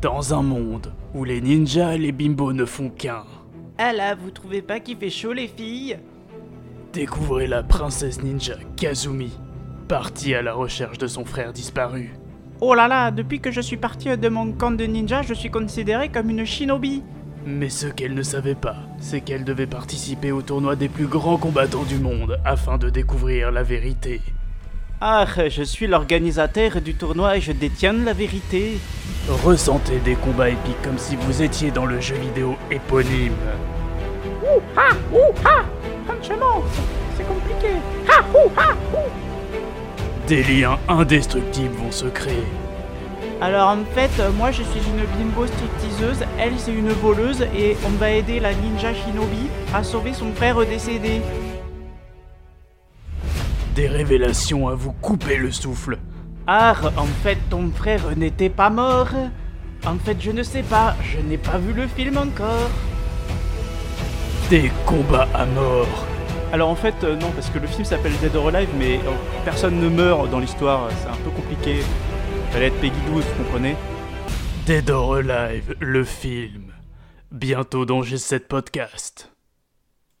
Dans un monde où les ninjas et les bimbos ne font qu'un, Ah là, vous trouvez pas qu'il fait chaud les filles découvrez la princesse ninja Kazumi, partie à la recherche de son frère disparu. Oh là là, depuis que je suis partie de mon camp de ninja, je suis considérée comme une shinobi. Mais ce qu'elle ne savait pas, c'est qu'elle devait participer au tournoi des plus grands combattants du monde afin de découvrir la vérité. Ah, je suis l'organisateur du tournoi et je détiens la vérité. Ressentez des combats épiques comme si vous étiez dans le jeu vidéo éponyme. Ah, ouh, ah Franchement, c'est compliqué. Ah, ouh, ah, ouh Des liens indestructibles vont se créer. Alors en fait, euh, moi je suis une bimbo stripteaseuse, elle c'est une voleuse et on va aider la ninja shinobi à sauver son frère décédé. Des révélations à vous couper le souffle. Ah, en fait, ton frère n'était pas mort. En fait, je ne sais pas, je n'ai pas vu le film encore. Des combats à mort. Alors en fait, euh, non, parce que le film s'appelle Dead or Alive, mais euh, personne ne meurt dans l'histoire, c'est un peu compliqué. Fallait être Peggy 12, vous comprenez Dead or Alive, le film. Bientôt dans G7 Podcast.